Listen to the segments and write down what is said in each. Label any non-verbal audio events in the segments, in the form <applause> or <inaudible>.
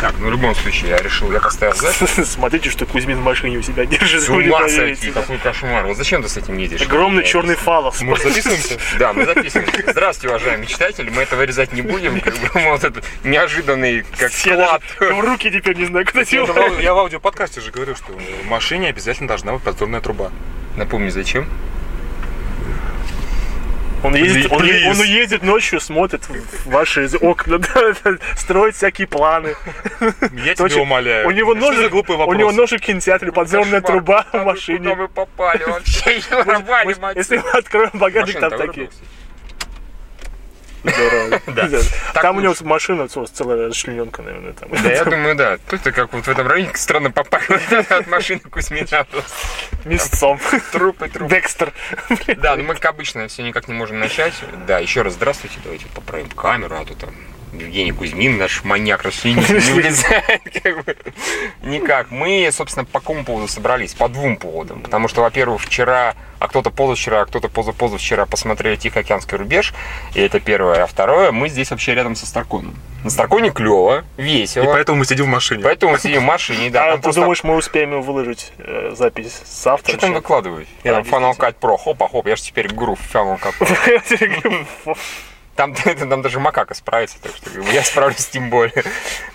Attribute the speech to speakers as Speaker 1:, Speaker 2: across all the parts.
Speaker 1: Так, ну в любом случае, я решил, я поставил
Speaker 2: <laughs>
Speaker 1: запись.
Speaker 3: <laughs> Смотрите, что Кузьмин в машине у себя держит.
Speaker 1: С
Speaker 3: вы не
Speaker 1: ума
Speaker 3: поверите,
Speaker 1: сойти,
Speaker 3: да.
Speaker 1: какой кошмар. Вот зачем ты с этим едешь?
Speaker 3: Огромный
Speaker 1: Я-
Speaker 3: черный фалос.
Speaker 1: Мы
Speaker 3: <laughs>
Speaker 1: записываемся? Да, мы записываемся. Здравствуйте, уважаемые читатели. Мы этого резать не будем. Как бы, вот этот неожиданный, как
Speaker 3: Все
Speaker 1: клад. <laughs>
Speaker 3: даже в руки теперь не знаю, куда
Speaker 2: Я
Speaker 3: девать.
Speaker 2: в, я в аудиоподкасте же говорю, что в машине обязательно должна быть подзорная труба.
Speaker 1: Напомни, зачем?
Speaker 3: Он ездит, он, е-
Speaker 2: Please.
Speaker 3: он уедет ночью, смотрит в ваши из- окна, <laughs> да, да, строит всякие планы.
Speaker 2: Я
Speaker 3: Точно.
Speaker 2: тебя
Speaker 1: Э,
Speaker 2: умоляю.
Speaker 3: У него
Speaker 2: Что за
Speaker 3: ножик,
Speaker 2: глупый
Speaker 3: у
Speaker 2: вопрос?
Speaker 3: него ножик в кинотеатре, подзорная
Speaker 1: Кошмар.
Speaker 3: труба
Speaker 1: Куда
Speaker 3: в
Speaker 1: вы-
Speaker 3: машине.
Speaker 1: Куда вы попали вообще? Я ворвали,
Speaker 3: <laughs> Может,
Speaker 1: мать.
Speaker 3: <laughs> Если мы откроем багажник,
Speaker 1: Машина-то
Speaker 3: там такие.
Speaker 1: вырвалась. <laughs>
Speaker 3: Здорово.
Speaker 1: Так
Speaker 3: Там у него
Speaker 1: лучше.
Speaker 3: машина ц- целая расчлененка, наверное, там. <laughs>
Speaker 1: Да, я думаю, да. Тут то как вот в этом районе странно попахивает <laughs> от машины Кузьмина. просто.
Speaker 3: Мясцом.
Speaker 1: Трупы, трупы.
Speaker 3: Декстер.
Speaker 1: Да, но мы как обычно все никак не можем начать. Да, еще раз здравствуйте, давайте поправим камеру, а то там Евгений Кузьмин, наш маньяк расчленитель, не влезает. как бы. Никак. Мы, собственно, по какому поводу собрались? По двум поводам. Потому что, во-первых, вчера, а кто-то позавчера, а кто-то позапозавчера посмотрели Тихоокеанский рубеж. И это первое. А второе, мы здесь вообще рядом со Старконом. На Старконе клево,
Speaker 2: И
Speaker 1: весело.
Speaker 2: поэтому мы сидим в машине.
Speaker 1: Поэтому мы сидим в машине, да.
Speaker 3: А
Speaker 1: там
Speaker 3: ты
Speaker 1: просто-
Speaker 3: думаешь, мы успеем его выложить э, запись завтра?
Speaker 1: Что там
Speaker 3: еще?
Speaker 1: выкладываешь? Я там
Speaker 3: действительно.
Speaker 1: Final Cut Pro, хопа, хоп, я же теперь гуру в Final Cut Pro.
Speaker 3: Я тебе говорю, фу.
Speaker 1: Там, <laughs> там даже макака справится, так что как бы, я справлюсь тем более.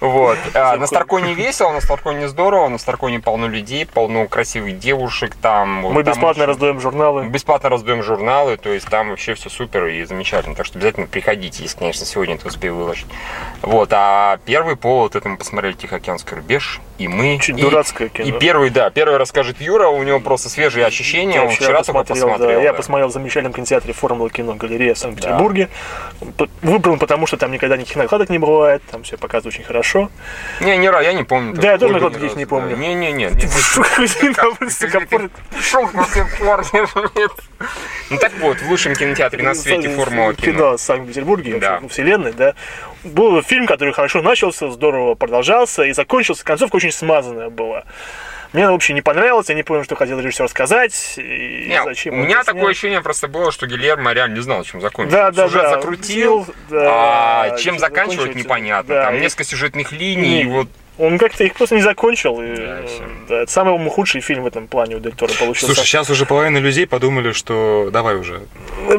Speaker 1: Вот. А, на Старконе весело, на Старконе здорово, на Старконе полно людей, полно красивых девушек. Там, вот
Speaker 3: <laughs> Мы
Speaker 1: там
Speaker 3: бесплатно
Speaker 1: очень-
Speaker 3: раздаем журналы.
Speaker 1: бесплатно раздаем журналы, то есть там вообще все супер и замечательно. Так что обязательно приходите, если, конечно, сегодня это успею выложить. Вот, а первый повод, это мы посмотрели Тихоокеанский рубеж, и мы...
Speaker 3: Чуть
Speaker 1: и-
Speaker 3: дурацкое
Speaker 1: И
Speaker 3: кино.
Speaker 1: первый, да, первый расскажет Юра, у него просто свежие ощущения,
Speaker 3: Я
Speaker 1: он вчера только посмотрел.
Speaker 3: да. Я
Speaker 1: да.
Speaker 3: посмотрел в замечательном кинотеатре «Формула кино» галерея в Санкт-Петербурге. П- Выбран, потому что там никогда никаких накладок не бывает, там все показывают очень хорошо.
Speaker 1: Не, не, ра- я не помню.
Speaker 3: Да, я тоже
Speaker 1: Ой,
Speaker 3: накладки
Speaker 1: ни
Speaker 3: здесь не
Speaker 1: разу, да.
Speaker 3: помню.
Speaker 1: Не-не-не, не,
Speaker 3: <laughs>
Speaker 1: не,
Speaker 3: Кузин там Сингапур.
Speaker 1: Шок на все Ну так вот, в лучшем кинотеатре
Speaker 3: Ну,
Speaker 1: на свете формула кино.
Speaker 3: в Санкт-Петербурге,
Speaker 1: Да.
Speaker 3: вообще, вселенной, да. Был фильм, который хорошо начался, здорово продолжался и закончился. Концовка очень смазанная была. Мне она вообще не понравилась, я не понял, что хотел режиссер сказать. И
Speaker 1: Не,
Speaker 3: зачем
Speaker 1: у
Speaker 3: он
Speaker 1: меня
Speaker 3: это
Speaker 1: такое
Speaker 3: снял.
Speaker 1: ощущение просто было, что Гильермо реально не знал, чем закончить.
Speaker 3: да, да,
Speaker 1: Сюжет
Speaker 3: да.
Speaker 1: закрутил,
Speaker 3: да,
Speaker 1: а чем заканчивать непонятно.
Speaker 3: Да,
Speaker 1: Там
Speaker 3: и
Speaker 1: несколько сюжетных линий,
Speaker 3: и-
Speaker 1: вот
Speaker 3: Он как-то их просто не закончил. и,
Speaker 1: Да, и всё.
Speaker 3: э, да, это самый по-моему, худший фильм в этом плане у директора получился.
Speaker 2: Слушай, сейчас уже половина людей подумали, что давай уже.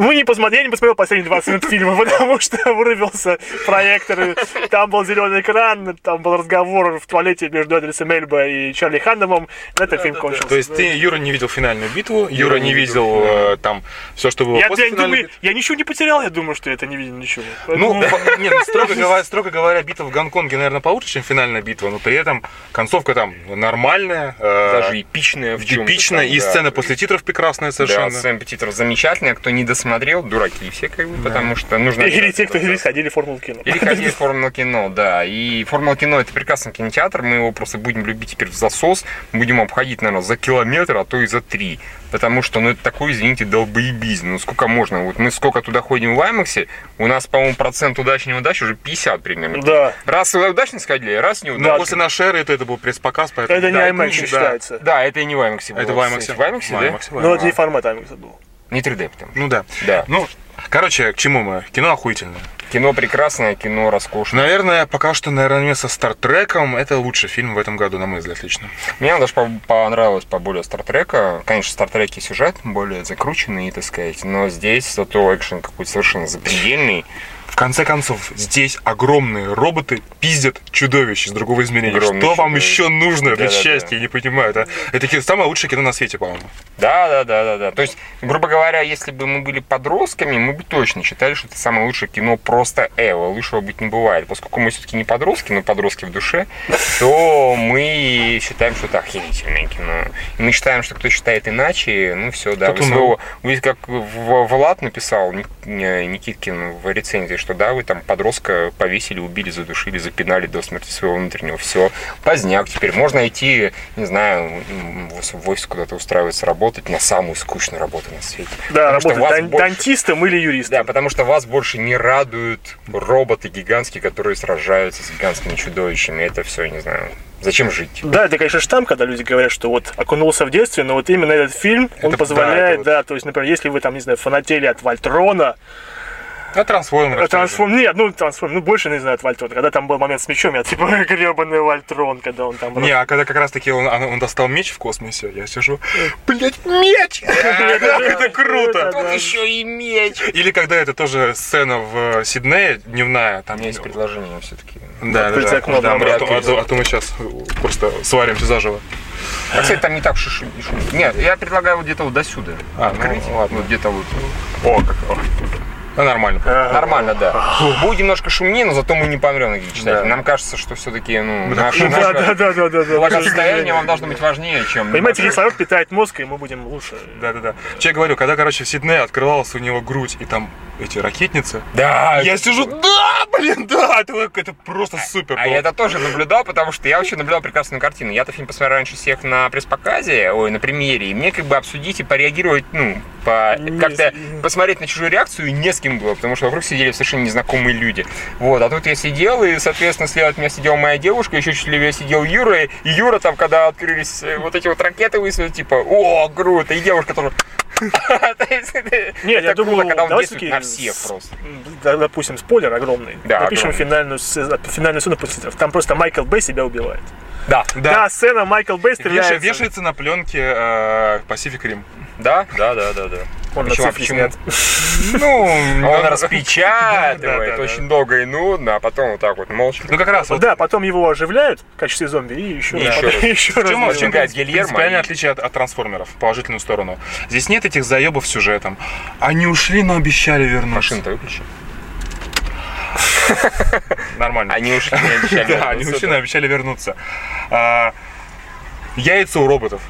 Speaker 3: Мы не посмотрели, я не посмотрел последние 20 минут фильма, потому что <laughs> вырубился проектор, и там был зеленый экран, там был разговор в туалете между Эдрисом Эльба и Чарли Хандомом, на этом фильм кончился.
Speaker 2: То есть ты, Юра, не видел финальную битву, Юра не видел э, там все, что было
Speaker 3: я,
Speaker 2: после
Speaker 3: я не
Speaker 2: финальной
Speaker 3: думаю, я ничего не потерял, я думаю, что это не видел ничего.
Speaker 2: Ну,
Speaker 3: Поэтому-
Speaker 2: по- не, ну, строго, говоря, строго говоря, битва в Гонконге, наверное, получше, чем финальная битва, но при этом концовка там нормальная, э,
Speaker 1: даже эпичная в чем
Speaker 2: эпичная, и сцена после титров прекрасная
Speaker 1: Да,
Speaker 2: совершенно.
Speaker 1: сцена титров замечательная, кто не досмотрел, дураки все как бы, потому что нужно...
Speaker 3: <laughs> Или те, кто
Speaker 1: обязательно
Speaker 3: здесь ходили в формулу кино.
Speaker 1: Или ходили в формулу кино, да. И формула кино это прекрасный кинотеатр, мы его просто будем любить теперь в засос, будем обходить, наверное, за километр, а то и за три. Потому что, ну, это такой, извините, долбоебизм. Ну, сколько можно? Вот мы сколько туда ходим в Лаймаксе, у нас, по-моему, процент удачи неудач уже 50 примерно.
Speaker 3: <laughs> Да,
Speaker 1: Раз вы удачно сходили, раз
Speaker 2: Но
Speaker 1: неудачно.
Speaker 2: после нашей эры это, это был пресс-показ, поэтому...
Speaker 3: это не
Speaker 2: Да, ну
Speaker 3: IMAX
Speaker 2: да.
Speaker 3: считается.
Speaker 1: Да, это и не в Лаймаксе
Speaker 2: Это в
Speaker 1: было,
Speaker 2: IMAX.
Speaker 1: кстати. В IMAX, да?
Speaker 2: IMAX,
Speaker 3: Но
Speaker 2: IMAX.
Speaker 3: Ну, это не формат IMAX был.
Speaker 1: Не 3D, потому что.
Speaker 2: Ну да.
Speaker 1: Да.
Speaker 2: Ну, короче, к чему мы? Кино охуительное.
Speaker 1: Кино прекрасное, кино роскошное.
Speaker 2: Наверное, пока что наравне со Стартреком это лучший фильм в этом году, на мой взгляд, лично.
Speaker 1: Мне даже по- понравилось поболее Стартрека. Конечно, в Стартреке сюжет более закрученный, так сказать, но здесь зато экшен какой-то совершенно запредельный.
Speaker 2: В конце концов, здесь огромные роботы пиздят чудовищ из другого измерения.
Speaker 1: Огромные
Speaker 2: Что вам
Speaker 1: чудовища.
Speaker 2: еще нужно для
Speaker 1: Да-да-да.
Speaker 2: счастья, я не понимаю. Это, это ки- самое лучшее кино на свете, по-моему.
Speaker 1: Да, да, да, да, да. То есть, грубо говоря, если бы мы были подростками, мы бы точно считали, что это самое лучшее кино просто эво. Лучшего быть не бывает. Поскольку мы все-таки не подростки, но подростки в душе, то мы считаем, что это охренительное кино. И мы считаем, что кто считает иначе, ну все, да.
Speaker 2: Тот
Speaker 1: Вы
Speaker 2: умрет.
Speaker 1: своего, вы как в- Влад написал Ник- э, Никиткин в рецензии, что да, вы там подростка повесили, убили, задушили, запинали до смерти своего внутреннего. Все, поздняк. Теперь можно идти, не знаю, м, в в офис куда-то устраиваться, работать на самую скучную работу на свете.
Speaker 3: Да,
Speaker 1: Потому что вас
Speaker 3: работает
Speaker 1: больше-
Speaker 3: дантистом или юристом.
Speaker 1: Да, потому что вас больше не радуют роботы гигантские, которые сражаются с гигантскими чудовищами. Это все, не знаю, зачем жить?
Speaker 3: Да, это, конечно, штамп, когда люди говорят, что вот окунулся в детстве, но вот именно этот фильм, он
Speaker 2: Это- да,
Speaker 3: позволяет,
Speaker 2: это вот-
Speaker 3: да, то есть, например, если вы там, не знаю, фанатели от Вольтрона, э,
Speaker 2: А трансформер.
Speaker 3: Трансформ... Нет, ну трансформ, ну больше не знает Вольтрон. Когда там был момент с мечом, я типа <laughs> гребаный Вольтрон, когда он там... <laughs>
Speaker 2: Не, а когда как раз таки он, он- он достал меч в космосе, я сижу, блять,
Speaker 1: <laughs>
Speaker 2: меч! Как
Speaker 3: <laughs>
Speaker 2: это круто!
Speaker 1: Тут еще и меч.
Speaker 2: Или когда это тоже сцена в э, Сиднее дневная,
Speaker 1: У
Speaker 2: там
Speaker 1: меня есть
Speaker 2: есть
Speaker 1: предложение все-таки.
Speaker 2: Да, да,
Speaker 3: Открытие
Speaker 2: да.
Speaker 3: окна,
Speaker 2: Да,
Speaker 3: да,
Speaker 2: мы- а, то,
Speaker 1: открытие.
Speaker 2: а то- а то мы сейчас просто сваримся заживо.
Speaker 1: А, кстати, там не так шиши. шиши. Нет, я предлагаю вот где-то вот до сюда
Speaker 2: А,
Speaker 1: открыть.
Speaker 2: ну, ладно.
Speaker 1: Вот где-то вот. О, как
Speaker 2: Да, нормально.
Speaker 1: Нормально, да. Будет немножко шумнее, но зато мы не помрем, дорогие читатели.
Speaker 2: Да.
Speaker 1: Нам кажется, что все-таки, ну, наше,
Speaker 3: Да, да,
Speaker 1: наше
Speaker 3: да, да, да, да.
Speaker 1: благосостояние вам должно быть важнее, чем...
Speaker 3: Понимаете, кислород питает мозг, и мы будем лучше.
Speaker 2: Да, да, да. Че я говорю, когда, короче, в Сиднее открывалась у него грудь, и там эти ракетницы.
Speaker 1: Да,
Speaker 2: Я сижу, да, блин, да, это, это просто
Speaker 3: типа,
Speaker 2: супер.
Speaker 1: А А
Speaker 2: было.
Speaker 1: я это тоже наблюдал, потому что я вообще наблюдал прекрасную картину. Я-то фильм посмотрел раньше всех на пресс-показе, ой, на премьере, и мне как бы обсудить и пореагировать, ну, по,
Speaker 3: Не
Speaker 1: как-то
Speaker 3: с-
Speaker 1: посмотреть на чужую реакцию не с кем было, потому что вокруг сидели совершенно незнакомые люди. Вот, а тут я сидел, и, соответственно, слева от меня сидела моя девушка, еще чуть левее сидел Юра, и Юра там, когда открылись э, вот эти вот ракеты, высадил, типа, о, круто, и девушка тоже... <laughs> То есть э, это-
Speaker 3: Не,
Speaker 1: это
Speaker 3: я думаю,
Speaker 1: круто, когда он
Speaker 3: давай
Speaker 1: действует
Speaker 3: всё-таки
Speaker 1: на всех
Speaker 3: с-
Speaker 1: просто.
Speaker 3: Да, допустим, спойлер огромный.
Speaker 1: Да,
Speaker 3: Напишем
Speaker 1: огромный.
Speaker 3: финальную, с- финальную сцену после титров. Там просто Майкл Бэй себя убивает.
Speaker 1: Да,
Speaker 2: Да.
Speaker 3: Да, сцена Майкл Бэй стреляется.
Speaker 2: Веша- вешается на пленке э, Pacific Rim.
Speaker 1: да, да, да, да, да.
Speaker 3: Он на
Speaker 1: Почему?
Speaker 3: цифре
Speaker 1: Почему?
Speaker 3: снят.
Speaker 2: Ну,
Speaker 1: Он
Speaker 2: да,
Speaker 1: распечатывает
Speaker 2: Да-да-да.
Speaker 1: очень долго и нудно, а потом вот так вот молча.
Speaker 2: Ну как раз вот
Speaker 3: Да, потом его оживляют в качестве зомби и еще
Speaker 1: И
Speaker 3: раз.
Speaker 1: ещё
Speaker 3: <laughs>
Speaker 1: раз.
Speaker 3: еще
Speaker 2: В
Speaker 3: раз
Speaker 2: чем, в чем
Speaker 3: делают.
Speaker 1: Гильермо и-
Speaker 2: принципиальное отличие от, от трансформеров в положительную сторону? Здесь нет этих заебов с сюжетом. Они ушли, но обещали вернуться.
Speaker 1: Машину-то выключи.
Speaker 2: Нормально.
Speaker 1: Они ушли, не обещали.
Speaker 2: А, <laughs> Да, они ушли, но обещали вернуться. А, яйца у роботов.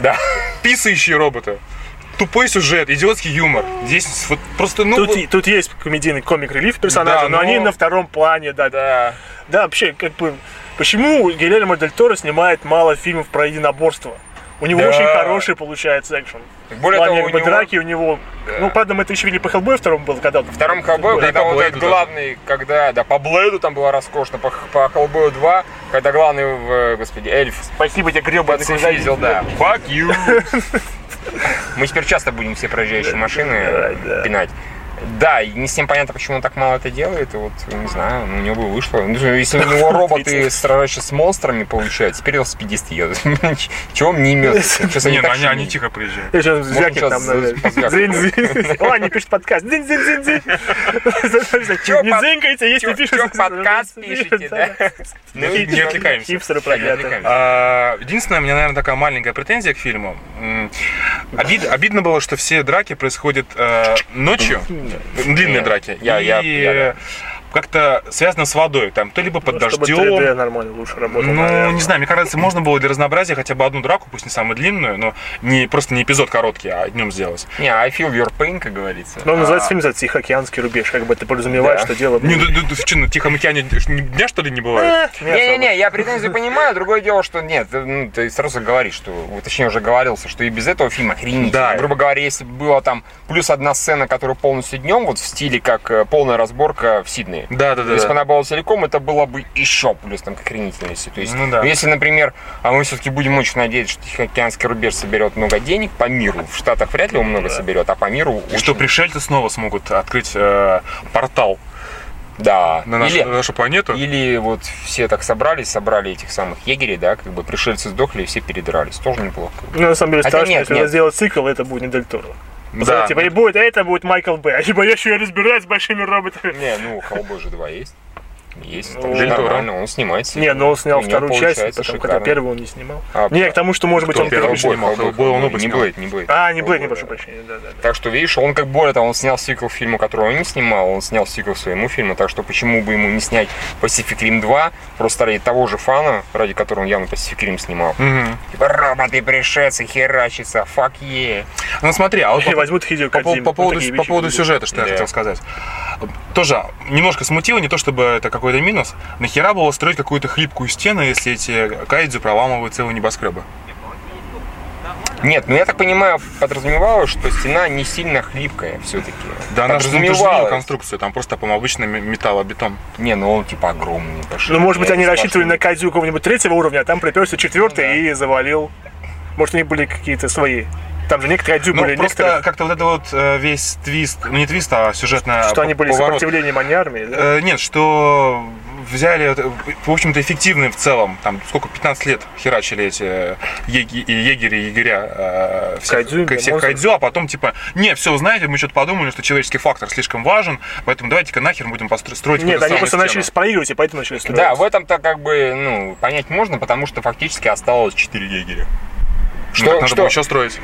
Speaker 1: Да.
Speaker 2: Писающие роботы. Тупой сюжет, идиотский юмор. Здесь вот просто, ну...
Speaker 3: Тут,
Speaker 2: вот-
Speaker 3: и- тут есть комедийный комик-релиф персонажа, но,
Speaker 2: Да, но-
Speaker 3: они на втором плане, да, да.
Speaker 1: Да.
Speaker 3: Да, вообще, как бы, почему Гильермо Дель Торо снимает мало фильмов про единоборство? У него
Speaker 1: Да.
Speaker 3: очень хороший получается экшен.
Speaker 1: Более
Speaker 3: в
Speaker 1: того,
Speaker 3: плане,
Speaker 1: у
Speaker 3: как бы,
Speaker 1: него-
Speaker 3: драки у него... Ну, правда, мы это еще видели по Хеллбою второму был, когда...
Speaker 1: В втором Хеллбою,
Speaker 2: Да, и
Speaker 1: когда
Speaker 2: по
Speaker 1: вот
Speaker 2: Блейду
Speaker 1: этот
Speaker 2: тоже.
Speaker 1: главный, когда, да, по Блейду там было роскошно, по, по Хеллбою 2, когда главный, в, э, господи, эльф
Speaker 3: Спасибо тебе, гребаный
Speaker 1: подсуфизил, да.
Speaker 2: Fuck you.
Speaker 1: Мы теперь часто будем все проезжающие
Speaker 3: да,
Speaker 1: машины
Speaker 3: да.
Speaker 1: пинать. Да, и не всем понятно, почему он так мало это делает, и вот, не знаю, ну, у него бы вышло. Ну, если у него роботы сражаются с монстрами, получается, теперь велосипедисты едут. <laughs> Чего он не
Speaker 3: <laughs>
Speaker 1: имеет? Сейчас
Speaker 2: Не, ну
Speaker 1: так
Speaker 2: они, они
Speaker 1: шумят.
Speaker 2: тихо приезжают.
Speaker 3: Я сейчас звякнет
Speaker 1: сейчас
Speaker 3: там,
Speaker 1: з-
Speaker 3: наверное.
Speaker 1: звякнет.
Speaker 3: Зынь-зынь. О, они пишут
Speaker 1: <laughs>
Speaker 3: подкаст. Зынь-зынь-зынь-зынь.
Speaker 1: Чё
Speaker 3: Не
Speaker 1: под-
Speaker 3: дзынькайте, если
Speaker 1: чё- чё
Speaker 3: пишут.
Speaker 1: подкаст пишете, да? Ну,
Speaker 2: Не
Speaker 1: и чё?
Speaker 2: отвлекаемся.
Speaker 3: Хипстеры
Speaker 1: Да, не
Speaker 3: проклятые.
Speaker 1: отвлекаемся.
Speaker 2: А, Единственная, у меня, наверное, такая маленькая претензия к фильму. М, обид- обидно было, что все драки происходят э, ночью. Длинные
Speaker 1: Нет,
Speaker 2: драки.
Speaker 1: я- я-
Speaker 2: И
Speaker 1: я, да.
Speaker 2: как-то связано с водой. Там то либо под
Speaker 3: Ну, Чтобы
Speaker 2: дождем.
Speaker 3: 3D нормально лучше работал,
Speaker 2: Ну,
Speaker 3: наверное.
Speaker 2: не знаю, мне кажется, можно было для разнообразия хотя бы одну драку, пусть не самую длинную, но не просто не эпизод короткий, а днем сделать.
Speaker 1: Не, I feel your pain, как говорится.
Speaker 3: Но Ну, он называется
Speaker 1: А,
Speaker 3: фильм за Тихоокеанский рубеж, как бы ты подразумеваешь,
Speaker 1: Да.
Speaker 3: что дело
Speaker 2: Не,
Speaker 3: будет.
Speaker 2: да- да- да в чё, на Тихом океане дня, что ли, не бывает?
Speaker 3: Э, не особо.
Speaker 1: Не-не-не, я претензию понимаю, другое дело, что нет, ты, ну, ты сразу говоришь, что, вот, точнее уже говорился, что и без этого фильма охренительно.
Speaker 2: Да.
Speaker 1: Грубо говоря, если бы была там плюс одна сцена, которая полностью днем, вот в стиле как э, полная разборка в Сиднее.
Speaker 2: Да, да, да.
Speaker 1: Если бы она была целиком, это было бы еще плюс там к охренительности. То есть,
Speaker 2: Ну да.
Speaker 1: если, например, а мы все-таки будем очень надеяться, что Тихоокеанский рубеж соберет много денег по миру. В Штатах вряд ли он много соберет, а по миру
Speaker 2: И что
Speaker 1: очень.
Speaker 2: пришельцы снова смогут открыть э, портал
Speaker 1: Да.
Speaker 2: на нашу,
Speaker 1: Или-
Speaker 2: на нашу планету.
Speaker 1: Или вот все так собрались, собрали этих самых егерей, да, как бы пришельцы сдохли и все передрались. Тоже неплохо.
Speaker 3: Ну, на самом деле,
Speaker 1: Хотя
Speaker 3: страшно,
Speaker 1: нет,
Speaker 3: если
Speaker 1: нет.
Speaker 3: он сделает цикл, это будет не Дель Торо.
Speaker 2: Да.
Speaker 3: Типа, и будет, а это будет Майкл Б. Ибо я еще и разбираюсь с большими роботами.
Speaker 1: Не, ну, Хеллбой же 2 есть. Есть, там
Speaker 3: Ну,
Speaker 1: же
Speaker 2: Дель Торо.
Speaker 1: нормально, он снимается.
Speaker 3: Не, но он снял
Speaker 1: У него
Speaker 3: вторую часть,
Speaker 1: получается
Speaker 3: потому,
Speaker 1: шикарно.
Speaker 3: хотя первую он не снимал.
Speaker 1: А,
Speaker 3: не, к тому, что, может быть,
Speaker 1: Кто
Speaker 3: он
Speaker 2: первый?
Speaker 3: первый.
Speaker 1: Хеллбой,
Speaker 2: снимал?
Speaker 1: Хеллбой,
Speaker 2: Хеллбой, он
Speaker 1: Хеллбой.
Speaker 2: оба
Speaker 1: Не
Speaker 2: снял.
Speaker 1: Блэйд, не Блэйд.
Speaker 3: А, не Блэйд, не
Speaker 1: Хеллбой,
Speaker 3: прошу
Speaker 1: да.
Speaker 3: прощения, да-да-да.
Speaker 1: Так что, видишь, он как более того, он снял сиквел к фильму, которого он не снимал, он снял сиквел к своему фильму, так что почему бы ему не снять Pacific Rim 2, просто ради того же фана, ради которого он явно Pacific Rim снимал.
Speaker 2: Мгм.
Speaker 1: Типа, роботы пришельцы херачатся, fuck yeah.
Speaker 2: Ну смотри, а вот
Speaker 3: И
Speaker 2: по-
Speaker 3: возьмут Хидио
Speaker 2: По, пов-
Speaker 3: Кодзиму.
Speaker 2: по поводу, по поводу сюжета, что я
Speaker 1: Да.
Speaker 2: хотел сказать. Тоже немножко смутило, не то чтобы это какой-то минус. Нахера было строить какую-то хлипкую стену, если эти кайдзю проламывают целые небоскребы?
Speaker 1: Нет, ну я так понимаю, подразумевалось, что стена не сильно хлипкая все-таки.
Speaker 2: Да она же ну, ты же видел конструкцию, там просто там обычный ме- металлобетон.
Speaker 1: Не, ну он типа огромный. пошел.
Speaker 3: Ну, может быть,
Speaker 1: Я
Speaker 3: они
Speaker 1: не
Speaker 3: рассчитывали на
Speaker 1: спрашиваю.
Speaker 3: Кайдзю
Speaker 2: Ну
Speaker 3: какого-нибудь третьего уровня, а там приперся четвертый и завалил. Может, у них были какие-то свои Там же некоторые адзю
Speaker 2: Ну,
Speaker 3: были,
Speaker 2: просто
Speaker 3: некоторые,
Speaker 2: как-то вот это вот э, весь твист, ну не твист, а сюжетная
Speaker 3: что они были
Speaker 2: поворот.
Speaker 3: сопротивлением, а не армией. да?
Speaker 2: Э, Нет, что взяли, вот, э, в общем-то, эффективные в целом, там сколько, 15 лет херачили эти э, еги- и егери и егеря э, всех,
Speaker 3: Кайдзю,
Speaker 2: ка- всех
Speaker 3: Мимозу.
Speaker 2: кайдзю, а потом типа, не, все, вы знаете, мы что-то подумали, что человеческий фактор слишком важен, поэтому давайте-ка нахер будем построить строить
Speaker 3: Нет,
Speaker 2: какую-то
Speaker 3: они просто
Speaker 2: самостену».
Speaker 3: начали проигрывать, и поэтому начали строить.
Speaker 1: Да, в этом-то как бы, ну, понять можно, потому что фактически осталось 4 егеря.
Speaker 2: Ну, так
Speaker 1: Что,
Speaker 2: надо
Speaker 1: что?
Speaker 2: было еще строить.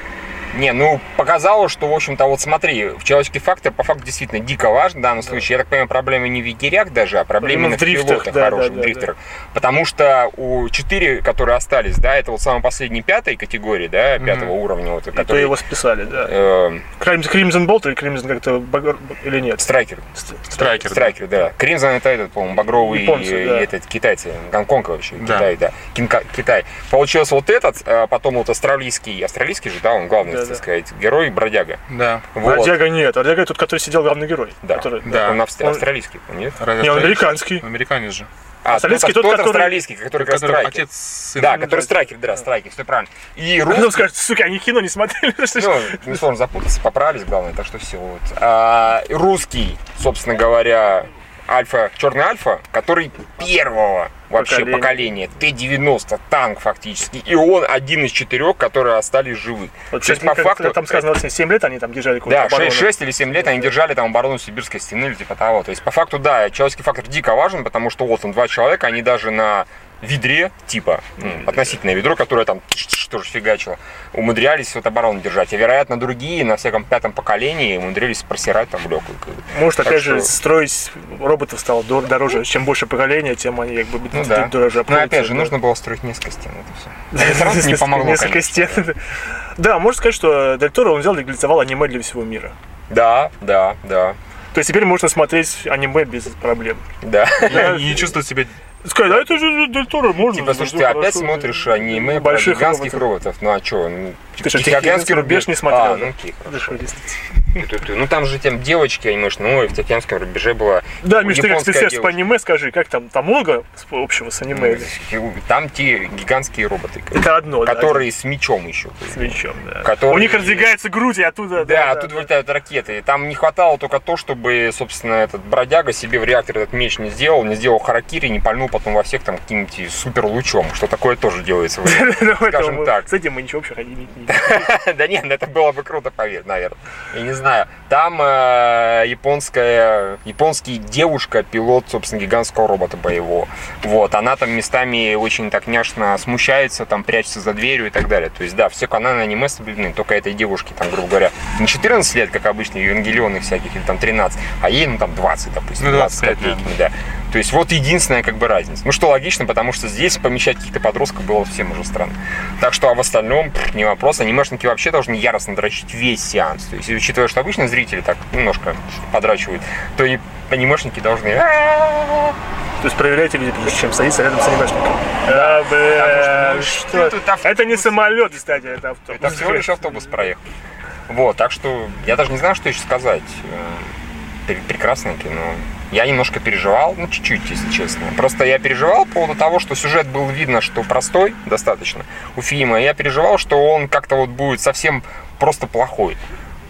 Speaker 1: Не, ну, показало, что, в общем-то, вот смотри, человеческий фактор по факту действительно дико важен в данном случае. Я так понимаю, проблема не в егерях даже, а проблема
Speaker 3: Именно
Speaker 1: именно
Speaker 3: в
Speaker 1: в
Speaker 3: дрифтах,
Speaker 1: пилотах
Speaker 3: да,
Speaker 1: хороших,
Speaker 3: да, да,
Speaker 1: дрифтерах. Потому что у 4, которые остались, да, это вот самой последней пятой категории, да, пятого уровня, вот,
Speaker 3: И А то
Speaker 1: который...
Speaker 3: его списали, да.
Speaker 1: э,
Speaker 3: Кримзон Болт или Кримзон как-то... Багор- Или нет?
Speaker 1: страйкер.
Speaker 2: Страйкер.
Speaker 1: Страйкер, да. Кримзон это этот, по-моему, багровый
Speaker 3: Японцы,
Speaker 1: и,
Speaker 3: да.
Speaker 1: и этот китайцы. Гонконг вообще,
Speaker 2: Да.
Speaker 1: Китай, да. Кинка- Китай. Получился вот этот, а потом вот австралийский, австралийский же, да, он главный,
Speaker 3: Да,
Speaker 1: так
Speaker 3: да.
Speaker 1: сказать, герой, бродяга.
Speaker 2: Да.
Speaker 1: Вот.
Speaker 3: Бродяга нет. Бродяга тот, который сидел главный герой.
Speaker 1: Да.
Speaker 3: который-
Speaker 2: Да.
Speaker 1: Он австр-
Speaker 3: Он-
Speaker 1: австралийский, нет?
Speaker 2: Разве
Speaker 3: Не, он
Speaker 2: это-
Speaker 3: американский.
Speaker 2: Американец же.
Speaker 1: А,
Speaker 3: Австралийский
Speaker 1: тот,
Speaker 3: тот, который-
Speaker 1: австралийский, который, как раз
Speaker 2: Который
Speaker 1: страйкер.
Speaker 2: отец
Speaker 1: Да,
Speaker 2: сына.
Speaker 1: который страйкер, да, страйкер, все правильно. И
Speaker 3: Потом
Speaker 1: русский,
Speaker 3: скажут, сука, они кино не смотрели. <laughs> что ж».
Speaker 1: ну, несложно запутаться, поправились, главное, так что все. Вот. А, русский, собственно говоря, альфа, черный альфа, который первого вообще поколения,
Speaker 3: Поколения.
Speaker 1: Т-90, танк фактически, и он один из четырех, которые остались живы.
Speaker 3: Вот
Speaker 1: То есть,
Speaker 3: сейчас
Speaker 1: по факту,
Speaker 3: Там сказано, 7 лет они там держали
Speaker 1: Да,
Speaker 3: какую-то
Speaker 1: ше-
Speaker 3: оборону.
Speaker 1: 6, или 7 лет они держали там оборону Сибирской стены или типа того. То есть, по факту, да, человеческий фактор дико важен, потому что вот там два человека, они даже на ведре, типа, ну, относительное ведро, которое там тш-тш тоже фигачило, умудрялись вот оборону держать. А, вероятно, другие на всяком пятом поколении умудрились просирать там Ну, в легкую.
Speaker 3: Может,
Speaker 1: Так
Speaker 3: опять
Speaker 1: что-
Speaker 3: же, строить роботов стало дор- дороже. Чем больше поколения, тем они как бы
Speaker 1: Ну да.
Speaker 3: дороже
Speaker 1: Но опять
Speaker 3: обходятся,
Speaker 1: же,
Speaker 3: да. <laughs>
Speaker 1: нужно было строить несколько стен. Это все. Сразу не помогло,
Speaker 3: Несколько
Speaker 1: конечно.
Speaker 3: стен. Да, можно сказать, что Дель Торо он взял и реализовал аниме для всего мира.
Speaker 1: Да, да, да,
Speaker 3: То есть теперь можно смотреть аниме без проблем.
Speaker 1: да.
Speaker 2: И не чувствует себя
Speaker 3: Сказать, да это же Дель Торо, можно.
Speaker 1: <laughs> Типа,
Speaker 3: ну,
Speaker 1: слушай, ты
Speaker 3: хорошо».
Speaker 1: опять смотришь аниме про
Speaker 3: Больших
Speaker 1: гигантских роботов. Ну а что? Ну,
Speaker 3: Ты что,
Speaker 1: тихоокеанский
Speaker 3: «Тихоокеанский рубеж» не смотрел,
Speaker 1: А,
Speaker 3: да?
Speaker 1: ну окей, хорошо.
Speaker 3: Да что, действительно.
Speaker 1: Ту-ту-ту. Ну там же тем девочки анимешные, ну и в Токианском рубеже была
Speaker 3: Да, Миш, ты как
Speaker 1: японская
Speaker 3: специалист по
Speaker 1: девушка.
Speaker 3: аниме, скажи, как там, там много общего с аниме? или?
Speaker 1: Там те гигантские роботы, как-
Speaker 3: Это одно, да,
Speaker 1: которые с мечом еще.
Speaker 3: один с мечом, да.
Speaker 1: которые-
Speaker 3: У них раздвигаются груди, оттуда...
Speaker 1: Да, а тут
Speaker 3: <laughs>
Speaker 1: вылетают ракеты. И Там не хватало только то, чтобы, собственно, этот бродяга себе в реактор этот меч не сделал, не сделал харакири, не пальнул потом во всех там каким-нибудь супер лучом, что такое тоже делается. в игре.
Speaker 3: Ну, это
Speaker 1: скажем
Speaker 3: мы-
Speaker 1: так.
Speaker 3: С этим мы ничего общего ходить не имеем.
Speaker 1: <laughs> Да нет, ну, это было бы круто, поверь, наверное. Я не знаю. Там э, японская, японский девушка, пилот, собственно, гигантского робота боевого. Вот, она там местами очень так няшно смущается, там прячется за дверью и так далее. То есть, да, все каналы аниме соблюдены, только этой девушке, там, грубо говоря, не 14 лет, как обычно, евангелионных всяких, или там 13, а ей, ну, там, 20, допустим,
Speaker 2: Ну,
Speaker 1: 20
Speaker 2: 25,
Speaker 1: копейки, да. То есть, вот единственная, как бы, разница. Ну, что логично, потому что здесь помещать каких-то подростков было всем уже странно. Так что, а в остальном, пф, не вопрос. Анимешники вообще должны яростно дрочить весь сеанс. То есть, и учитывая, что обычно зрители так немножко подрачивают, то и анимешники должны...
Speaker 3: То есть проверяйте люди, прежде чем садиться рядом с анимешником. Да, бля,
Speaker 1: потому что, ну,
Speaker 3: что?
Speaker 1: ты тут автобус.
Speaker 3: Это не самолет, кстати, это автобус.
Speaker 1: Это всего лишь автобус проехал. Вот, так что я даже не знаю, что еще сказать. Э, пр- Прекрасное кино. Я немножко переживал, ну чуть-чуть, если честно. Просто я переживал по поводу того, что сюжет был видно, что простой достаточно у фильма. Я переживал, что он как-то вот будет совсем просто плохой.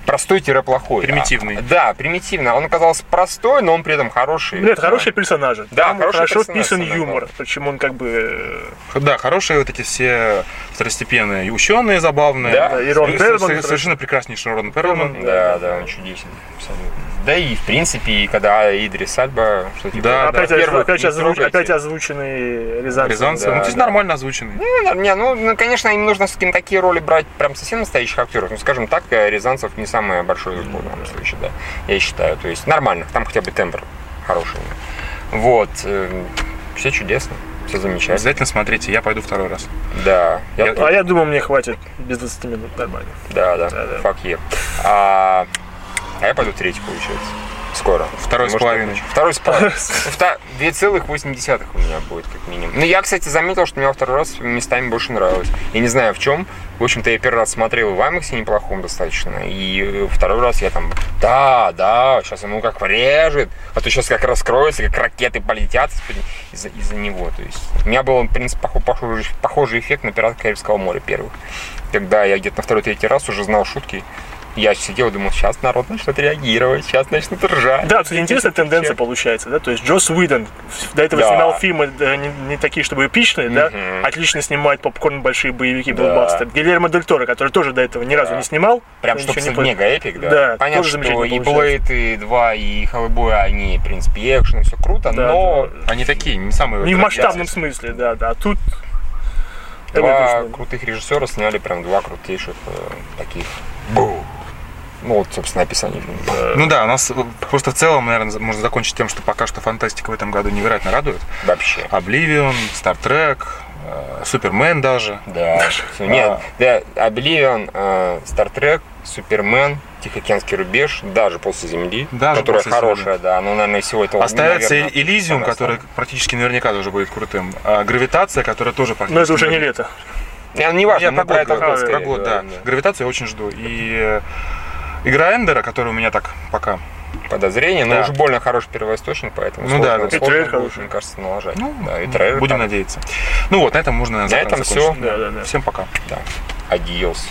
Speaker 1: Простой-плохой.
Speaker 2: Примитивный.
Speaker 1: А, да, примитивно. Он оказался простой, но он при этом хороший.
Speaker 3: Нет, хорошие персонажи.
Speaker 1: Да,
Speaker 3: Там
Speaker 1: хорошие
Speaker 3: хорошо
Speaker 1: персонажи,
Speaker 3: вписан
Speaker 1: самое
Speaker 3: юмор.
Speaker 1: главное.
Speaker 3: Причем он как бы... э,
Speaker 2: Да, хорошие вот эти все второстепенные и ученые забавные.
Speaker 1: Да,
Speaker 3: и Рон
Speaker 2: С- с-
Speaker 3: Перлман,
Speaker 2: с- Совершенно прекраснейший Рон Перлман.
Speaker 1: Да, да, он чудесен. абсолютно. Да и в принципе, и когда Идрис Альба, что типа,
Speaker 2: Да,
Speaker 3: опять,
Speaker 1: да.
Speaker 3: озв-
Speaker 1: Первых
Speaker 3: опять,
Speaker 1: не
Speaker 3: озвуч-
Speaker 1: трогайте.
Speaker 3: опять озвученный Рязанцев.
Speaker 2: Рязанцев.
Speaker 1: Да,
Speaker 2: ну, то есть
Speaker 1: да.
Speaker 2: нормально озвученный.
Speaker 1: Ну, да, не, ну, ну, конечно, им нужно все-таки на такие роли брать прям совсем настоящих актеров. Ну, скажем так, э, Рязанцев не самое большое зло в данном случае, да, я считаю. То есть нормально, там хотя бы тембр хороший. Вот, все чудесно, все замечательно.
Speaker 2: Обязательно смотрите, я пойду второй раз.
Speaker 1: Да, я,
Speaker 2: Я-
Speaker 3: А я думаю, мне хватит без 20 минут нормально.
Speaker 1: да, да,
Speaker 3: да.
Speaker 1: fuck yeah. А, а я пойду третий, получается. скоро.
Speaker 2: Второй с
Speaker 1: Может,
Speaker 2: половиной.
Speaker 1: я- Второй с <laughs> половиной. Вта- 2,8 у меня будет, как минимум. Ну, я, кстати, заметил, что мне во второй раз местами больше нравилось. Я не знаю, в чем. В общем-то, я первый раз смотрел в IMAX неплохом достаточно. И э, второй раз я там, да, да, сейчас ему как врежет. А то сейчас как раскроется, как ракеты полетят из-под- из-за из-за него. То есть у меня был, в принципе, похо- похожий, похожий эффект на «Пираты Карибского моря» первых. Когда я где-то на второй-третий раз уже знал шутки, я сидел и думал, сейчас народ начнет реагировать, сейчас начнут ржать.
Speaker 3: Да, кстати, интересная тенденция получается, да, то есть Джос Уидон до этого
Speaker 1: Да.
Speaker 3: снимал фильмы э, не, не такие, чтобы эпичные, да, отлично снимает попкорн, большие боевики,
Speaker 1: Да.
Speaker 3: блокбастер. Гильермо Дель Торо, который тоже до этого ни разу не снимал.
Speaker 1: Прям
Speaker 3: ничего
Speaker 1: чтобы
Speaker 3: не
Speaker 1: не
Speaker 3: по-
Speaker 1: мега эпик, да.
Speaker 3: Да,
Speaker 1: Понятно,
Speaker 3: тоже
Speaker 1: что
Speaker 3: замечательно
Speaker 1: и
Speaker 3: получается.
Speaker 1: Блейд, и 2, и Хеллбой, они, в принципе, и экшен, и все круто,
Speaker 3: Да,
Speaker 1: но
Speaker 2: Они такие, не самые...
Speaker 3: Не в
Speaker 2: дорогие.
Speaker 3: масштабном смысле, да, да. А тут Я
Speaker 1: два
Speaker 3: говорю, точно.
Speaker 1: крутых режиссера сняли прям два крутейших э, таких. Ну вот, собственно, описание фильма.
Speaker 2: Ну да, у нас э, просто в целом, наверное, можно закончить тем, что пока что фантастика в этом году невероятно радует.
Speaker 1: Вообще.
Speaker 2: Обливион, Стартрек, э, Супермен даже.
Speaker 1: Да. Всё, Нет,
Speaker 2: А.
Speaker 1: да, э, Обливион, Стартрек, Супермен, Тихоокеанский рубеж, даже после Земли,
Speaker 2: Даже
Speaker 1: которая
Speaker 2: «После земли».
Speaker 1: хорошая, да, но, наверное, всего этого...
Speaker 2: Остается
Speaker 1: наверное,
Speaker 2: Элизиум,
Speaker 1: самое
Speaker 2: который практически наверняка тоже будет крутым. А гравитация, которая тоже практически...
Speaker 3: Но Ну, это уже не лето.
Speaker 1: основное. Не важно,
Speaker 2: Я
Speaker 1: мы
Speaker 2: про
Speaker 1: про
Speaker 2: год,
Speaker 1: это
Speaker 2: говорю,
Speaker 1: потом
Speaker 2: про
Speaker 1: скорее
Speaker 2: год, да.
Speaker 1: говорим,
Speaker 2: Гравитацию я очень жду. И э, игра Эндера, которая у меня так пока...
Speaker 1: подозрение, но
Speaker 2: Да.
Speaker 1: уж больно хороший первоисточник, поэтому
Speaker 2: Ну
Speaker 1: сложно,
Speaker 2: да, да.
Speaker 3: И трейлер
Speaker 1: сложно будет,
Speaker 3: хороший.
Speaker 1: мне кажется, налажать.
Speaker 2: Ну,
Speaker 1: да, и трейлер
Speaker 2: будем
Speaker 1: там.
Speaker 2: надеяться. Ну вот, на этом можно,
Speaker 1: На этом все.
Speaker 3: Да, да, да.
Speaker 2: Всем пока.
Speaker 1: Да. Адиос.